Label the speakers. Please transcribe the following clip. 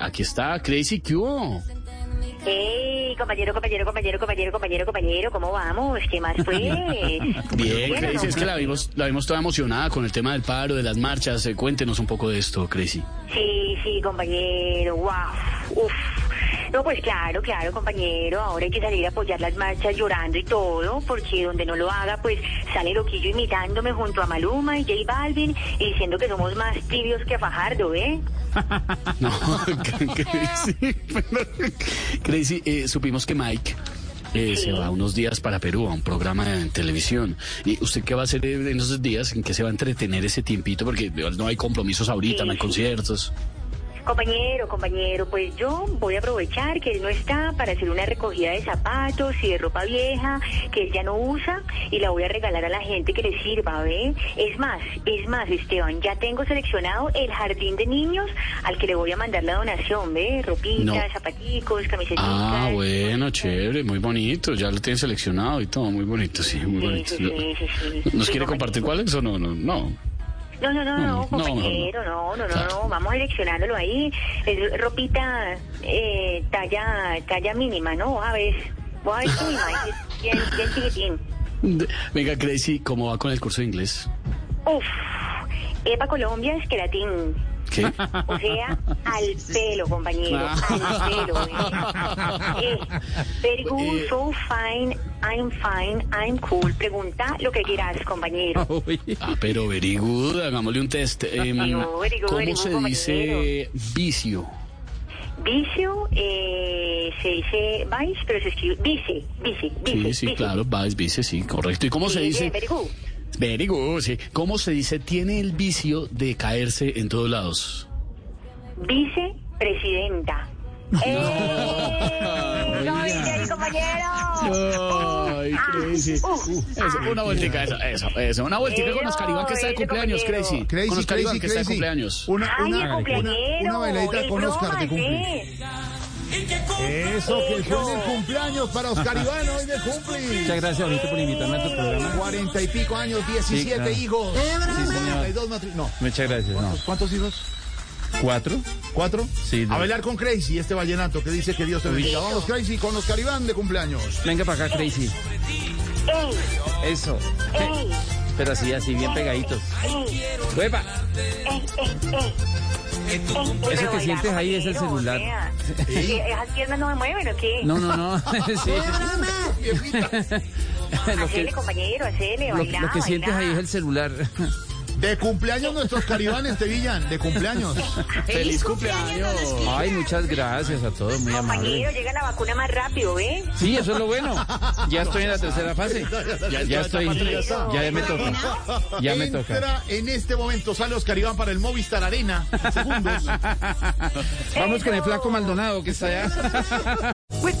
Speaker 1: Aquí está Crazy Q.
Speaker 2: Hey, compañero, compañero, compañero, compañero, compañero, compañero, ¿cómo vamos? ¿Qué más pues?
Speaker 1: Bien,
Speaker 2: o
Speaker 1: Crazy,
Speaker 2: no?
Speaker 1: es que la vimos, la vimos toda emocionada con el tema del paro, de las marchas. Eh, cuéntenos un poco de esto, Crazy.
Speaker 2: Sí, sí, compañero, wow, uf. No, pues claro, claro, compañero, ahora hay que salir a apoyar las marchas llorando y todo, porque donde no lo haga, pues sale Loquillo imitándome junto a Maluma y J Balvin y diciendo que somos más tibios que Fajardo, ¿eh?
Speaker 1: No, Crazy, pero- Crazy, eh, supimos que Mike eh, se va unos días para Perú a un programa en televisión. ¿Y usted qué va a hacer eh, en esos días? ¿En qué se va a entretener ese tiempito? Porque no hay compromisos ahorita, no hay
Speaker 2: Sí.
Speaker 1: conciertos.
Speaker 2: Compañero, compañero, pues yo voy a aprovechar que él no está para hacer una recogida de zapatos y de ropa vieja que él ya no usa y la voy a regalar a la gente que le sirva, ¿ve? Es más, es más, Esteban, ya tengo seleccionado el jardín de niños al que le voy a mandar la donación, ¿ve? Ropitas,
Speaker 1: No.
Speaker 2: zapaticos, camisetas.
Speaker 1: Ah, bueno, chévere, muy bonito. Ya lo tienen seleccionado y todo, muy bonito, sí, muy
Speaker 2: Sí,
Speaker 1: bonito.
Speaker 2: sí, sí, sí, sí.
Speaker 1: ¿Nos
Speaker 2: Sí,
Speaker 1: quiere
Speaker 2: compañero.
Speaker 1: compartir cuáles o no? No, no.
Speaker 2: No, no, no,
Speaker 1: Mm, No, no,
Speaker 2: no, compañero, no, no, no,
Speaker 1: Claro.
Speaker 2: no, vamos seleccionándolo ahí. Es ropita eh, talla talla mínima, ¿no? A ver, voy a ver tú, Mike, es bien, bien chiquitín.
Speaker 1: De- Venga, Crazy, ¿cómo va con el curso de inglés?
Speaker 2: Uf, Epa Colombia es queratín.
Speaker 1: ¿Qué?
Speaker 2: O sea, al pelo, compañero, al pelo. Eh. Eh, very
Speaker 1: Eh,
Speaker 2: good, so fine, I'm fine, I'm cool. Pregunta lo que quieras, compañero.
Speaker 1: Ah, pero very good, hagámosle un test. Em,
Speaker 2: Very good, very good,
Speaker 1: ¿Cómo se dice
Speaker 2: compañero.
Speaker 1: vicio?
Speaker 2: Vicio, eh, se dice vice, pero se escribe vice, vice, vice.
Speaker 1: Sí, sí,
Speaker 2: vice.
Speaker 1: claro, vice, vice, sí, correcto. ¿Y cómo
Speaker 2: Sí,
Speaker 1: se
Speaker 2: eh, bien,
Speaker 1: dice?
Speaker 2: very good.
Speaker 1: Very good, sí. ¿Cómo se dice tiene el vicio de caerse en todos lados?
Speaker 2: Vicepresidenta. ¡Eh! ¡No, mire, mi compañero!
Speaker 1: Ay, Crazy.
Speaker 2: Ah,
Speaker 1: Uh, eso, una vueltica, eso, eso, eso. Una vueltica con Oscar Iván que está de
Speaker 2: Eso,
Speaker 1: cumpleaños,
Speaker 2: compañero.
Speaker 1: Crazy.
Speaker 3: Crazy,
Speaker 1: con Oscar
Speaker 3: crazy,
Speaker 1: Iván que está de
Speaker 3: crazy.
Speaker 1: cumpleaños.
Speaker 3: Una,
Speaker 2: ¡Ay, el
Speaker 3: una, una,
Speaker 2: cumpleañero!
Speaker 3: una bailadita
Speaker 2: el
Speaker 3: con Oscar
Speaker 2: bromas,
Speaker 3: de cumple.
Speaker 2: ¿eh?
Speaker 3: Eso, que fue el cumpleaños para Oscar Iván, hoy de
Speaker 4: Muchas
Speaker 3: cumple.
Speaker 4: gracias, Jorge, por invitarme a tu programa.
Speaker 3: Cuarenta y pico años, 17
Speaker 4: claro.
Speaker 3: hijos.
Speaker 4: Sí, señor.
Speaker 3: 32 matri- No,
Speaker 4: Muchas gracias. No.
Speaker 3: ¿cuántos hijos?
Speaker 4: ¿Cuatro?
Speaker 3: ¿Cuatro?
Speaker 4: Sí,
Speaker 3: A
Speaker 4: dos.
Speaker 3: bailar con Crazy, este vallenato que dice que Dios te bendiga. Vamos, Crazy, con Oscar Iván de cumpleaños.
Speaker 4: Venga para acá, Crazy.
Speaker 2: ¡Ey!
Speaker 4: Eso.
Speaker 2: ¡Ey!
Speaker 4: Pero así, así, bien pegaditos.
Speaker 2: ¡Ey!
Speaker 4: ¡Huepa!
Speaker 2: ¡Ey! ¡Ey! ¡Ey! Eh,
Speaker 4: Eso que sientes ahí es el celular.
Speaker 2: ¿Esas piernas no me mueven o qué?
Speaker 4: No, no, no. Sí. Lo
Speaker 2: Hacele,
Speaker 4: que,
Speaker 2: compañero, hacele,
Speaker 4: lo-
Speaker 2: bailá,
Speaker 4: lo que sientes ahí es el celular.
Speaker 3: De cumpleaños nuestro Oscar Iván Estevillan, de cumpleaños.
Speaker 1: ¡Feliz cumpleaños!
Speaker 4: Ay, muchas gracias a todos, muy
Speaker 2: Compañero,
Speaker 4: amables.
Speaker 2: llega la vacuna más rápido, ¿eh?
Speaker 4: Sí, eso es lo bueno. Ya estoy en la tercera fase. Ya, ya estoy. Ya me toca. Ya me toca.
Speaker 3: Entra en este momento, sale Oscar Iván para el Movistar Arena. en Segundos.
Speaker 4: Vamos con el flaco Maldonado que está allá.
Speaker 5: With